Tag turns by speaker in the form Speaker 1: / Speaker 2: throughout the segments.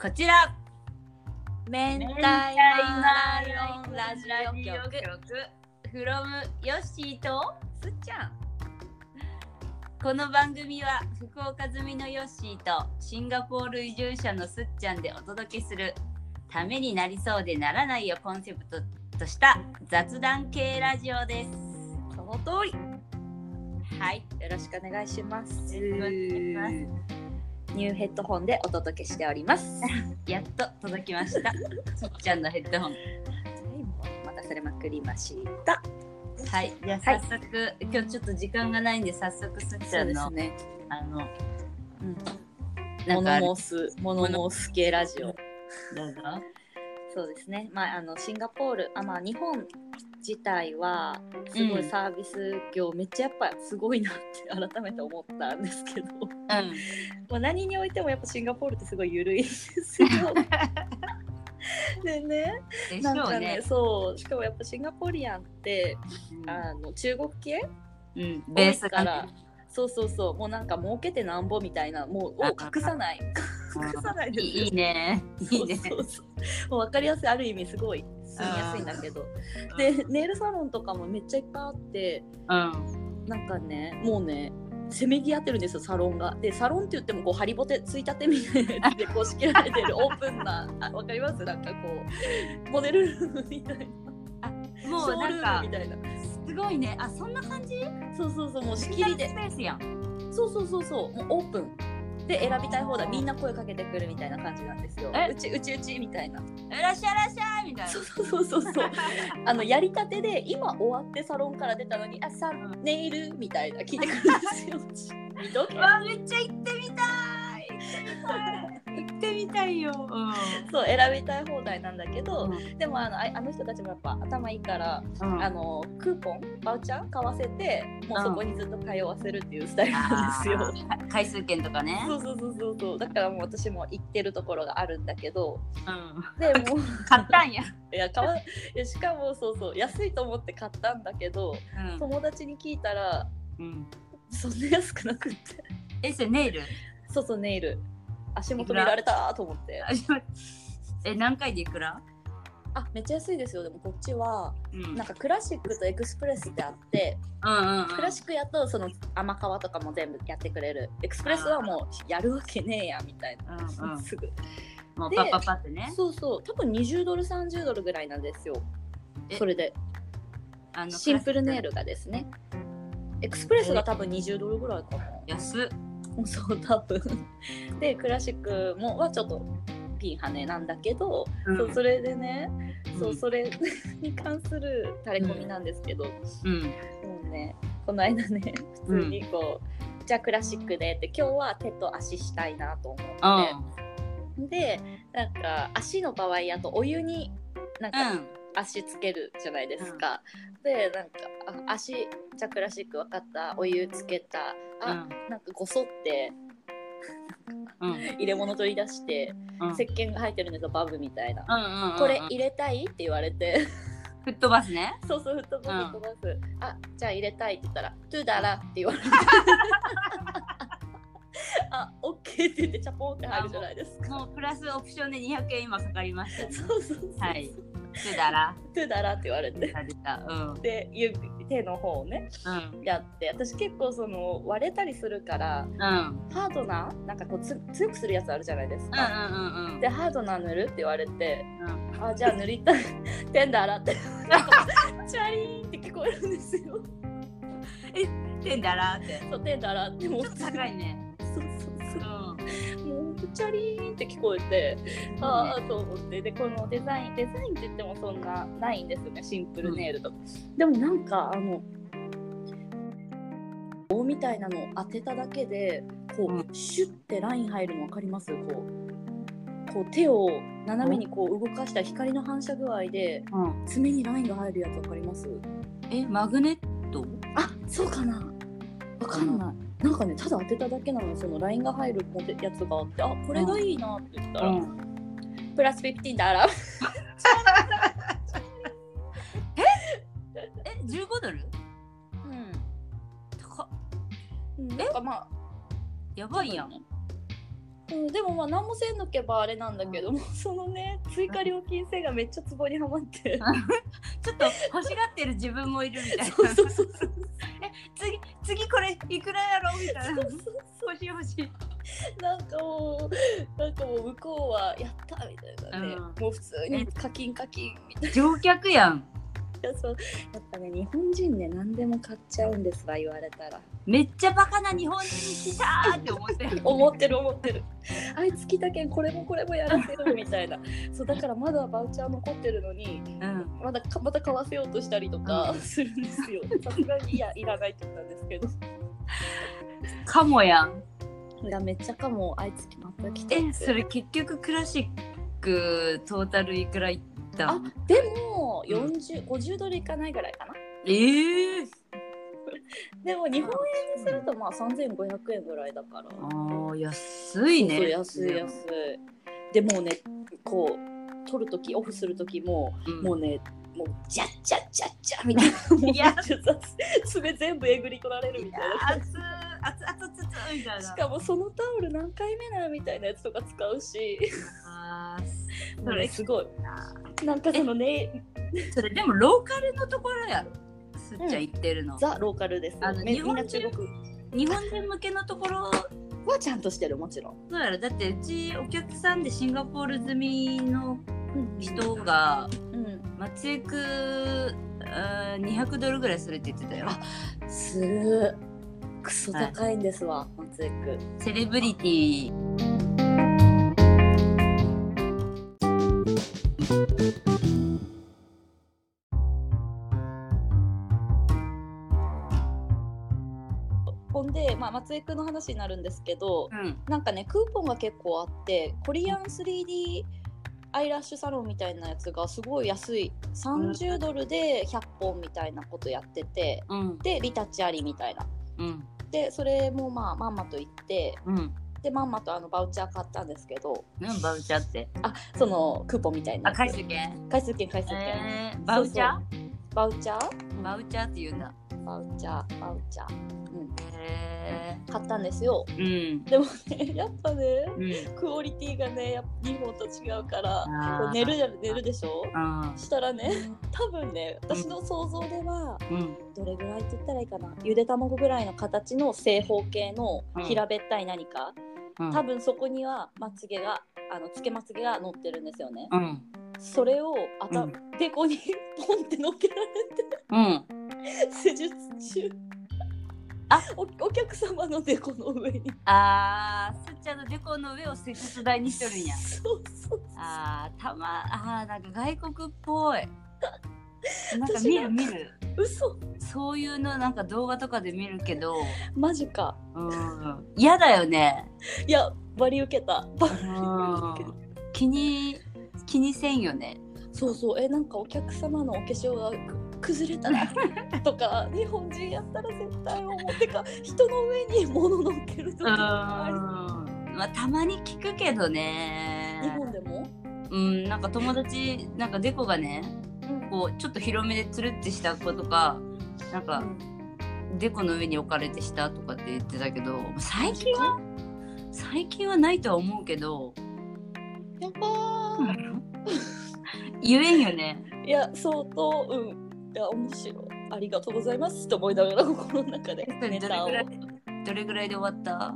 Speaker 1: こちら明太
Speaker 2: 明
Speaker 1: マー
Speaker 2: 太
Speaker 1: ロンラ
Speaker 2: ラ
Speaker 1: ジ
Speaker 2: ジオ
Speaker 1: オ局
Speaker 2: 局
Speaker 1: from ヨッシーとすっちゃんこの番組は福岡住みのヨッシーとシンガポール移住者のすっちゃんでお届けするためになりそうでならないをコンセプトとした雑談系ラジオです
Speaker 2: その通り
Speaker 1: はい
Speaker 2: よろしくお願いします
Speaker 1: よろしくお願いし
Speaker 2: ニューヘッドホンでお届けしております
Speaker 1: やっと届きましたすっちゃんのヘッドホン
Speaker 2: お待たせまくりました
Speaker 1: はいじゃあ
Speaker 2: は
Speaker 1: 早
Speaker 2: い
Speaker 1: 速、今日ちょっと時間がないんで早速すっちゃんの、
Speaker 2: ね
Speaker 1: あの
Speaker 2: うん
Speaker 1: なんかある
Speaker 2: モノモースモノモース系ラジオ
Speaker 1: どうぞ
Speaker 2: そうですね、まあ、あのシンガポールあ、まあ、日本自体はすご
Speaker 1: う
Speaker 2: い
Speaker 1: ん
Speaker 2: サービス業、めっちゃやっぱすごいなって改めて思ったんですけど、
Speaker 1: うん
Speaker 2: まあ、何においてもやっぱシンガポールってすごい緩いんで すよ。でね
Speaker 1: でし
Speaker 2: なん
Speaker 1: ょう
Speaker 2: かね
Speaker 1: ね。
Speaker 2: そうしかもやっぱシンガポリアンってあの中国系
Speaker 1: うん、ベース
Speaker 2: か
Speaker 1: からら。
Speaker 2: そうそうそうもうなんか儲けてなんぼみたいなもうを
Speaker 1: あ
Speaker 2: 隠さない隠さないですよ
Speaker 1: いいね。いいね。
Speaker 2: そうそうそうもう分かりやすいある意味すごい住みやすいんだけどでネイルサロンとかもめっちゃいっぱいあって
Speaker 1: うん。
Speaker 2: なんかねもうねせめぎ合ってるんですよサロンがでサロンって言ってもこうハリボテついたてみたいなやつでこう仕切られて るオープンなあわかりますなんかこうモデルルームみたいな
Speaker 1: もうなんか
Speaker 2: ショールームみたいな
Speaker 1: すごいね。あ、そんな感じ？
Speaker 2: そうそうそうもう仕切りで
Speaker 1: スペースやん。
Speaker 2: そうそうそうそうもうオープンで選びたい放題みんな声かけてくるみたいな感じなんですよ
Speaker 1: え
Speaker 2: うちうちうちみたいない
Speaker 1: らっしゃいいらっしゃいみたいな。
Speaker 2: そうそうそうそうそうあのやりたてで今終わってサロンから出たのに「あさ
Speaker 1: ん
Speaker 2: ネイル」みたいな聞いてくるんですよ。 見とけ
Speaker 1: うわ、めっちゃ行ってみたい。行ってみたいよ。
Speaker 2: そう選びたい放題なんだけ
Speaker 1: う
Speaker 2: ど、
Speaker 1: ん。
Speaker 2: でもあのああの人たちもやっぱ頭いいから、あのクーポンバウチャー買わせてもうそこにずっと通わせるっていうスタイルなんですよ。
Speaker 1: あー回数券とかね。
Speaker 2: そうそうそうそうそうだからもう私も行ってるところがあるんだけど
Speaker 1: うん。
Speaker 2: でも う
Speaker 1: 買ったんや。
Speaker 2: いや買わいやしかもそうそう安いと思って買ったんだけど友達に聞いたら
Speaker 1: うん。うん。
Speaker 2: そんな安くなくって。
Speaker 1: え、それネイル？
Speaker 2: そうそうネイル足元見られたと思って
Speaker 1: あちょっとえ、何回でいくら？
Speaker 2: あめっちゃ安いですよでもこっちは
Speaker 1: うん。うんうん
Speaker 2: なんかクラシックとエクスプレスってあって
Speaker 1: うん。
Speaker 2: クラシックやとその甘皮とかも全部やってくれるエクスプレスはもうやるわけねえやみたいな、
Speaker 1: うんうん
Speaker 2: すぐ
Speaker 1: もうパッパッパってね。
Speaker 2: そうそう多分20ドル30ドルぐらいなんですよ
Speaker 1: え
Speaker 2: それで
Speaker 1: あの
Speaker 2: シンプルネイ。ルがですねエクスプレスが多分20ドルぐらいかな
Speaker 1: 安っ。
Speaker 2: そう多分 でクラシックもはちょっとピンハネなんだけど、そうそれでね、そう
Speaker 1: うん
Speaker 2: それ に関するタレコミなんですけど、
Speaker 1: うん。
Speaker 2: もうねこの間ね 普通にこう、じゃあクラシックでって今日は手と足したいなと思っ
Speaker 1: う
Speaker 2: て、でなんか足の場合やとお湯になんか
Speaker 1: ん。
Speaker 2: 足つけるじゃないですか、でなんかあ足じゃあクラシック分かったお湯つけたあ、なんかごそって
Speaker 1: うん。
Speaker 2: 入れ物取り出して、
Speaker 1: うん。
Speaker 2: 石鹸が入ってるんですよバブみたいな、
Speaker 1: うん。
Speaker 2: これ入れたいって言われて。
Speaker 1: 吹っ飛ばすね。
Speaker 2: そうそう、フットボール飛ばす。あ、じゃあ入れたいって言ったら、トゥダラって言われて。 あ、オッケーって言って、チャポンって入るじゃないですか。
Speaker 1: もうプラスオプションで200円今かかりましたね。
Speaker 2: そうそうそう。
Speaker 1: はい。つだら。
Speaker 2: トゥダラって言われ
Speaker 1: 出
Speaker 2: て。
Speaker 1: た出た。うん。うん。
Speaker 2: で、指、手の方をね、やって、私結構その割れたりするから、
Speaker 1: うん。
Speaker 2: ハードな、なんかこうつ、強くするやつあるじゃないです
Speaker 1: うんう
Speaker 2: か。
Speaker 1: んうん
Speaker 2: で、ハードな塗るって言われて、
Speaker 1: うん。
Speaker 2: あ、じゃあ塗りたい。 テンダラって、なんかチャリーンって聞こえるんですよ。
Speaker 1: てんだらって。
Speaker 2: そう、テンダラって、もう
Speaker 1: ちょっと高いね。
Speaker 2: そうそうそう
Speaker 1: う。ん。
Speaker 2: もうチャリーンって聞こえて、ああと思ってでこのデザインデザインって言ってもそんなないんですよねシンプルネイルとか、でもなんかあの棒みたいなのを当てただけでこう、
Speaker 1: う
Speaker 2: シュッてライン入るの分かりますこうこう手を斜めにこう動かした光の反射具合で
Speaker 1: うん。
Speaker 2: 爪にラインが入るやつ分かります
Speaker 1: え、マグネット
Speaker 2: あそうかなわかんない、なんかねただ当てただけなのにそのラインが入るモデやつがあってあこれがいいなって言ったら、
Speaker 1: ん。
Speaker 2: プラス15ダラ
Speaker 1: え、15ドル
Speaker 2: う
Speaker 1: 高っ
Speaker 2: ん。なんかまあ、
Speaker 1: やばいやん。
Speaker 2: うん、でもまあ何もせんのけばあれなんだけども、そのね追加料金制がめっちゃツボにはまって
Speaker 1: ちょっと欲しがってる自分もいるみたいな
Speaker 2: そうそうそうそう
Speaker 1: 次次これいくらやろみたいな
Speaker 2: そうそう
Speaker 1: 欲しい欲しい
Speaker 2: なんかもうなんかもう向こうはやったみたいなね、
Speaker 1: うん
Speaker 2: もう普通に課金課金みたい
Speaker 1: 乗客やん
Speaker 2: なそうやっぱね日本人ね何でも買っちゃうんですわ言われたら
Speaker 1: めっちゃバカな日本人来たーって思ってる
Speaker 2: 思ってる思ってるあいつ来たけんこれもこれもやらせるみたいなそうだからまだバウチャー残ってるのに
Speaker 1: うん
Speaker 2: まだかまた買わせようとしたりとかするんです よさすがにいやいらないって言ったんですけど
Speaker 1: かもやん
Speaker 2: いやめっちゃかもあいつまた来て
Speaker 1: えそれ結局クラシックトータルいくらいった
Speaker 2: あでも4050ドルいかないぐらいかな
Speaker 1: ええ
Speaker 2: でも日本円にするとまあ3500円ぐらいだから
Speaker 1: あー安いね
Speaker 2: そう安い安いでもうねこう取る時オフする時も
Speaker 1: うん
Speaker 2: もうねもうジャッジャッジャッジャみた いなもう
Speaker 1: いや
Speaker 2: ちょっと爪全部えぐり取られるみたいな
Speaker 1: 熱い熱々熱々みたいな
Speaker 2: しかもそのタオル何回目なみたいなやつとか使うし
Speaker 1: あー
Speaker 2: も
Speaker 1: そう
Speaker 2: ね
Speaker 1: れ
Speaker 2: すごいなんかそのね
Speaker 1: それでもローカルのところやろすっちゃん行ってるの、
Speaker 2: ザローカルです
Speaker 1: あの
Speaker 2: め
Speaker 1: 日
Speaker 2: みん
Speaker 1: 本
Speaker 2: な
Speaker 1: 人
Speaker 2: 中国
Speaker 1: 日本人向けのところ
Speaker 2: はちゃんとしてるもちろん
Speaker 1: そうやろだってうちお客さんでシンガポール済みの人が
Speaker 2: うん
Speaker 1: 松江区あー200ドルぐらいするって言ってたよ
Speaker 2: すークソ高いんですわ、松江区
Speaker 1: セレブリティ
Speaker 2: ほんで、まあ、松江区の話になるんですけど
Speaker 1: うん
Speaker 2: なんかねクーポンが結構あってコリアン 3D アイラッシュサロンみたいなやつがすごい安い30ドルで100本みたいなことやってて
Speaker 1: うん
Speaker 2: でリタッチありみたいな
Speaker 1: うん
Speaker 2: でそれもまあまんまと行って
Speaker 1: うん
Speaker 2: でまんまとあのバウチャー買ったんですけど
Speaker 1: 何バウチャーって
Speaker 2: あそのクーポンみたいな
Speaker 1: あ回数券
Speaker 2: 回数券回数券、
Speaker 1: えー、バウチャー
Speaker 2: そうそうバウチャー
Speaker 1: バウチャーって言うんだ
Speaker 2: バウチャーバウチャー
Speaker 1: へ
Speaker 2: 買ったんですよ
Speaker 1: えうん
Speaker 2: でもねやっぱね
Speaker 1: うん
Speaker 2: クオリティがねやっぱ日本と違うから
Speaker 1: あー
Speaker 2: こう寝るじゃ寝るでしょ
Speaker 1: あ
Speaker 2: したらね多分ね私の想像では
Speaker 1: ーうん
Speaker 2: どれぐらいって言ったらいいかなゆで卵ぐらいの形の正方形の平べったい何か、
Speaker 1: うん
Speaker 2: 多分そこにはまつげがあのつけまつげが乗ってるんですよね、
Speaker 1: うん
Speaker 2: それを頭、
Speaker 1: うん
Speaker 2: でこに ポンって乗っけられ
Speaker 1: うん
Speaker 2: て施術中
Speaker 1: あ
Speaker 2: おお客様のデコの上に
Speaker 1: あーすっちゃんのデコの上を施術台にしとるんや
Speaker 2: そうそう
Speaker 1: あーたまあーなんか外国っぽ いなんか見る見る
Speaker 2: 嘘
Speaker 1: そういうのなんか動画とかで見るけど
Speaker 2: マジか
Speaker 1: うん嫌だよね
Speaker 2: いやバリ受けたバリ受け
Speaker 1: う
Speaker 2: た
Speaker 1: ん気に気にせんよね
Speaker 2: そうそうえなんかお客様のお化粧がく崩れ たらとか日本人やったら絶対思うてか人の上に物乗っけると
Speaker 1: うん
Speaker 2: か
Speaker 1: まあたまに聞くけどね
Speaker 2: 日本でも
Speaker 1: うんなんか友達なんかデコがねこうちょっと広めでつるってした子とかなんかデコの上に置かれてしたとかって言ってたけど最近は
Speaker 2: は
Speaker 1: 最近はないとは思うけ ど
Speaker 2: やばー
Speaker 1: 言えんよね
Speaker 2: いや相当うんいや面白いありがとうございますと思いながら心の中で
Speaker 1: どれ
Speaker 2: ネ
Speaker 1: ぐら
Speaker 2: タを
Speaker 1: いどれぐらいで終わった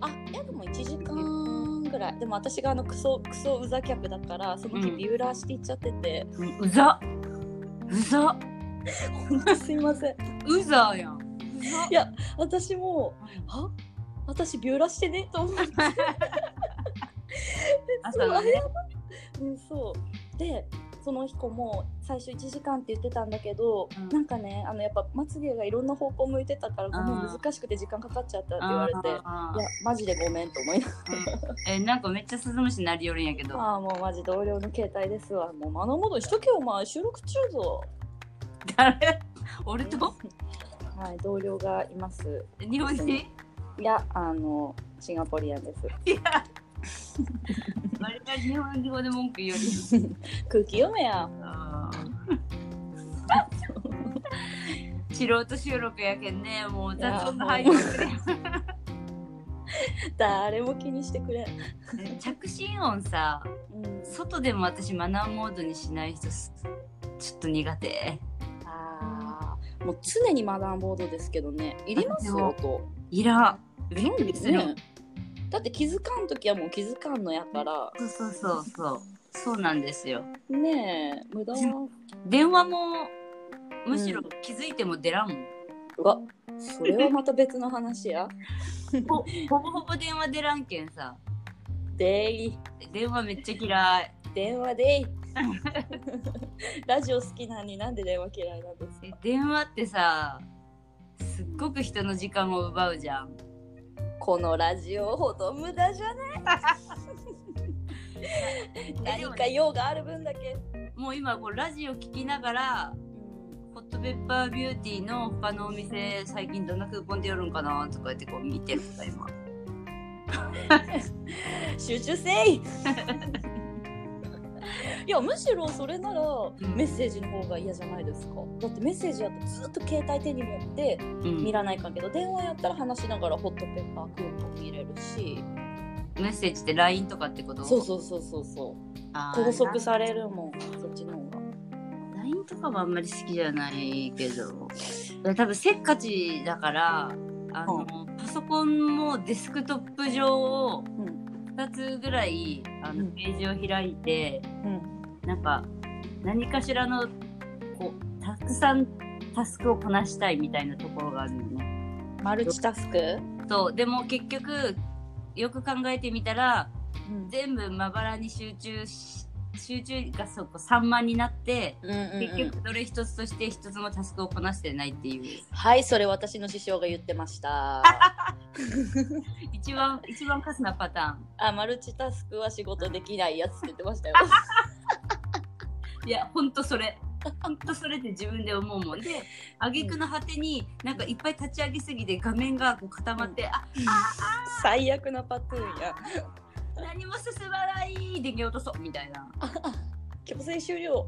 Speaker 2: あいやでも1時間ぐらいでも私があのクソクソうざ客だからその日
Speaker 1: うん
Speaker 2: ビューラーしていっちゃってて、
Speaker 1: ううざうざ
Speaker 2: 本当すいません
Speaker 1: うざや んうざ
Speaker 2: いや私もあ私ビューラーしてねと 思って
Speaker 1: 朝のね
Speaker 2: うん、そうでその彦も最初1時間って言ってたんだけど、
Speaker 1: うん
Speaker 2: なんかねあのやっぱまつげがいろんな方向向いてたか
Speaker 1: あ
Speaker 2: らご
Speaker 1: ー
Speaker 2: めん難しくて時間かかっちゃったって言われていや
Speaker 1: あ
Speaker 2: マジでごめんと思いなが
Speaker 1: ーえなんかめっちゃスズムシなりよるんやけど
Speaker 2: ら あーもうマジ同僚の携帯ですわもう間のものにしとけよお前収録中ぞ
Speaker 1: 誰俺と
Speaker 2: はい同僚がいます
Speaker 1: 日本人
Speaker 2: いやあのシンガポリアンです
Speaker 1: いや割と日本語で文句言うより
Speaker 2: 空気読めや
Speaker 1: あー素人収録やけんねもう雑音が入ってくる
Speaker 2: 誰も気にしてくれん、
Speaker 1: 着信音さ
Speaker 2: うん、
Speaker 1: 外でも私マナーモードにしない人すちょっと苦手
Speaker 2: あーもう常にマナーボードですけどねいります
Speaker 1: あでも
Speaker 2: よ音
Speaker 1: いらんびっくりする、
Speaker 2: ねだって気づかん時はもう気づかんのやから
Speaker 1: そうそうそうそうそうなんですよ
Speaker 2: ねえ無駄は
Speaker 1: 電話もむしろ
Speaker 2: うん
Speaker 1: 気づいても出らんもん、
Speaker 2: うわそれはまた別の話や
Speaker 1: ほほぼほぼ電話出らんけんさ
Speaker 2: デイ
Speaker 1: 電話めっちゃ嫌い
Speaker 2: 電話 デイラジオ好きなのになんで電話嫌いなんです
Speaker 1: え
Speaker 2: か
Speaker 1: 電話ってさすっごく人の時間を奪うじゃん
Speaker 2: このラジオほど無駄じゃない
Speaker 1: でも
Speaker 2: 何
Speaker 1: ね
Speaker 2: か用がある分だけ、
Speaker 1: もう今こうラジオ聞きながらホットペッパービューティーの他のお店最近どんなクーポンでやるんかなとか言ってこう見てるから今
Speaker 2: 集中せ いいやむしろそれなら
Speaker 1: ん
Speaker 2: メッセージの方が嫌じゃないですかだってメッセージやったらずっと携帯手に持って
Speaker 1: うん
Speaker 2: 見らないかんけど、電話やったら話しながらホットペッパークーポン見れるし
Speaker 1: メッセージって LINE とかってこと
Speaker 2: そうそうそうそうそう
Speaker 1: あー
Speaker 2: 拘束されるもんそっちの方が
Speaker 1: LINE とかはあんまり好きじゃないけど多分せっかちだからあの、パソコンもデスクトップ上を
Speaker 2: うん
Speaker 1: 2つぐらいあの
Speaker 2: うん
Speaker 1: ページを開いて、
Speaker 2: うん
Speaker 1: なんか何かしらのこうたくさんタスクをこなしたいみたいなところがあるよね。
Speaker 2: マルチタスク、
Speaker 1: そうでも結局よく考えてみたら
Speaker 2: うん
Speaker 1: 全部まばらに集中し集中がそこ散漫になって
Speaker 2: うんうんうん
Speaker 1: 結局どれ一つとして一つもタスクをこなしてないっていう、
Speaker 2: はいそれ私の師匠が言ってました
Speaker 1: 一番一番カスなパタ
Speaker 2: あマルチタスクは仕事できないやつって言ってましたよ
Speaker 1: ーンいやほんとそれほんとそれって自分で思うもんで挙句の果てになんかいっぱい立ち上げすぎて画面がこう固まって、あ
Speaker 2: 最悪なパトゥーンや
Speaker 1: 何も進まないで蹴落とそうみたいな
Speaker 2: 強制終了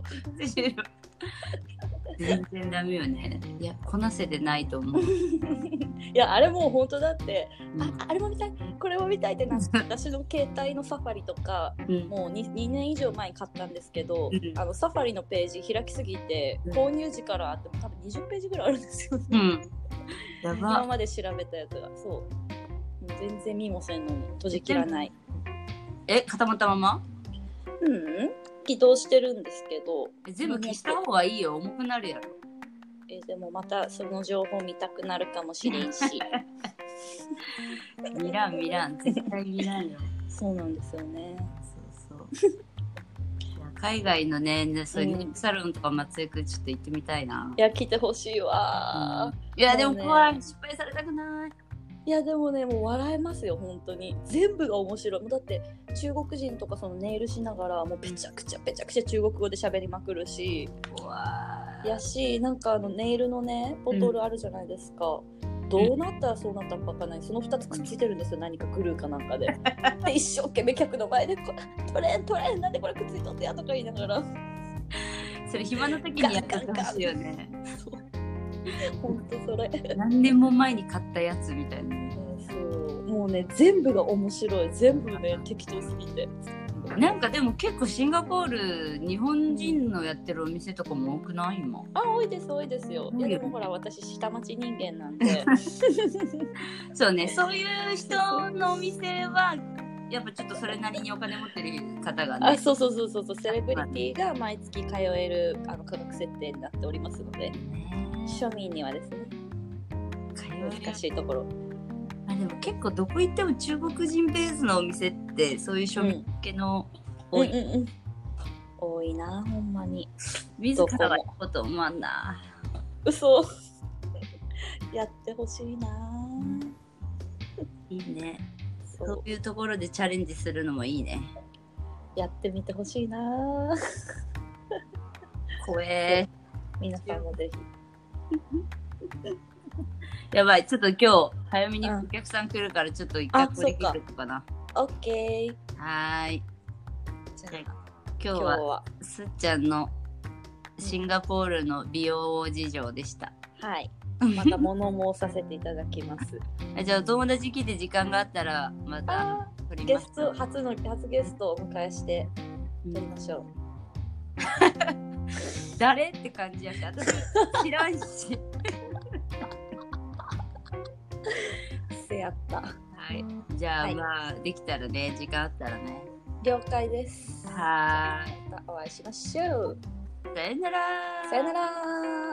Speaker 1: 全然ダメよねいやこなせてないと思う、
Speaker 2: いやあれもう本当だって、
Speaker 1: うん
Speaker 2: ああれも見たいこれも見たいってなって私の携帯のサファリとか
Speaker 1: うん
Speaker 2: もう 2, 2年以上前に買ったんですけど、
Speaker 1: うん
Speaker 2: あのサファリのページ開きすぎて
Speaker 1: うん
Speaker 2: 購入時からあっても多分20ページぐらいあるんですよね、
Speaker 1: うん、や
Speaker 2: 今
Speaker 1: ば
Speaker 2: まで調べたやつがそうもう全然見もせんのに閉じきらない
Speaker 1: え固まったまま
Speaker 2: うんうん起動してるんですけど
Speaker 1: え全部消した方がいいよ重くなるやろ
Speaker 2: えーでもまたその情報見たくなるかもしれ んし
Speaker 1: 見らん見らん絶対見らんよ
Speaker 2: そうなんですよね
Speaker 1: そうそういや海外のねねそういうネイルサロンとか松江区ちょっと行ってみたいな、
Speaker 2: いや来てほしいわー、
Speaker 1: いやでも
Speaker 2: そうね
Speaker 1: 怖い、失敗されたくない
Speaker 2: いやでもねもう笑えますよ本当に全部が面白いもうだって中国人とかそのネイルしながらもうぺちゃくちゃぺちゃくちゃ中国語で喋りまくるし
Speaker 1: 怖い
Speaker 2: やしなんかあのネイルのねボトルあるじゃないですか、どうなったらそうなったのかわかんないその2つくっついてるんですよ何かグルーかなんか でで一生懸命客の前でこ「取れん取れんなんでこれくっついとってや」とか言いながら
Speaker 1: それ暇な時にやっててほしいよね
Speaker 2: 本当それ、
Speaker 1: 何年も前に買ったやつみたいな
Speaker 2: そうもうね全部が面白い全部ね適当すぎて
Speaker 1: なんかでも結構シンガポール日本人のやってるお店とかも多くない今
Speaker 2: あ多いです多いですよ。いや
Speaker 1: 多いよね
Speaker 2: でもほら私下町人間な んで
Speaker 1: そうねそういう人のお店はやっぱちょっとそれなりにお金持ってる方が
Speaker 2: あ
Speaker 1: ね
Speaker 2: そうそうそうそうそうセレブリティが毎月通えるあの価格設定になっておりますので庶民にはですね
Speaker 1: 通
Speaker 2: 難
Speaker 1: え
Speaker 2: しいところ。
Speaker 1: あでも結構どこ行っても中国人ベースのお店ってそういう
Speaker 2: う
Speaker 1: 庶
Speaker 2: ん
Speaker 1: 民向けの多い、
Speaker 2: うんうんうん多いなほんまに。
Speaker 1: 自らは行こうと思わんな
Speaker 2: 嘘 やってほしいな。
Speaker 1: いいね
Speaker 2: そう
Speaker 1: そういうところでチャレンジするのもいいね
Speaker 2: やってみてほしいな。
Speaker 1: 怖え
Speaker 2: 皆さんもぜひ。
Speaker 1: やばいちょっと今日早めにお客さん来るからちょっと一回
Speaker 2: あ
Speaker 1: これ切
Speaker 2: そっか
Speaker 1: るかな
Speaker 2: オッケー。
Speaker 1: はーい
Speaker 2: じ
Speaker 1: じゃ
Speaker 2: ゃあ
Speaker 1: あ今
Speaker 2: 今
Speaker 1: 日
Speaker 2: 日
Speaker 1: は
Speaker 2: は
Speaker 1: すっちゃんのシンガポールの美容事情でした
Speaker 2: はいまた物申させていただきます。
Speaker 1: あじゃあお友達来て時間があったらまた
Speaker 2: あ
Speaker 1: 撮り
Speaker 2: ゲ
Speaker 1: まし
Speaker 2: ス
Speaker 1: ょ
Speaker 2: ト
Speaker 1: う
Speaker 2: 初の初ゲストをお迎えして
Speaker 1: うん
Speaker 2: 撮りましょ
Speaker 1: 誰って感じやし私知らん し
Speaker 2: う。せやった。
Speaker 1: はいじゃあ、
Speaker 2: はい
Speaker 1: まあできたらね時間あったらね
Speaker 2: 了解です。
Speaker 1: は
Speaker 2: またお会いしましょう。
Speaker 1: ーいさよなら
Speaker 2: さよなら。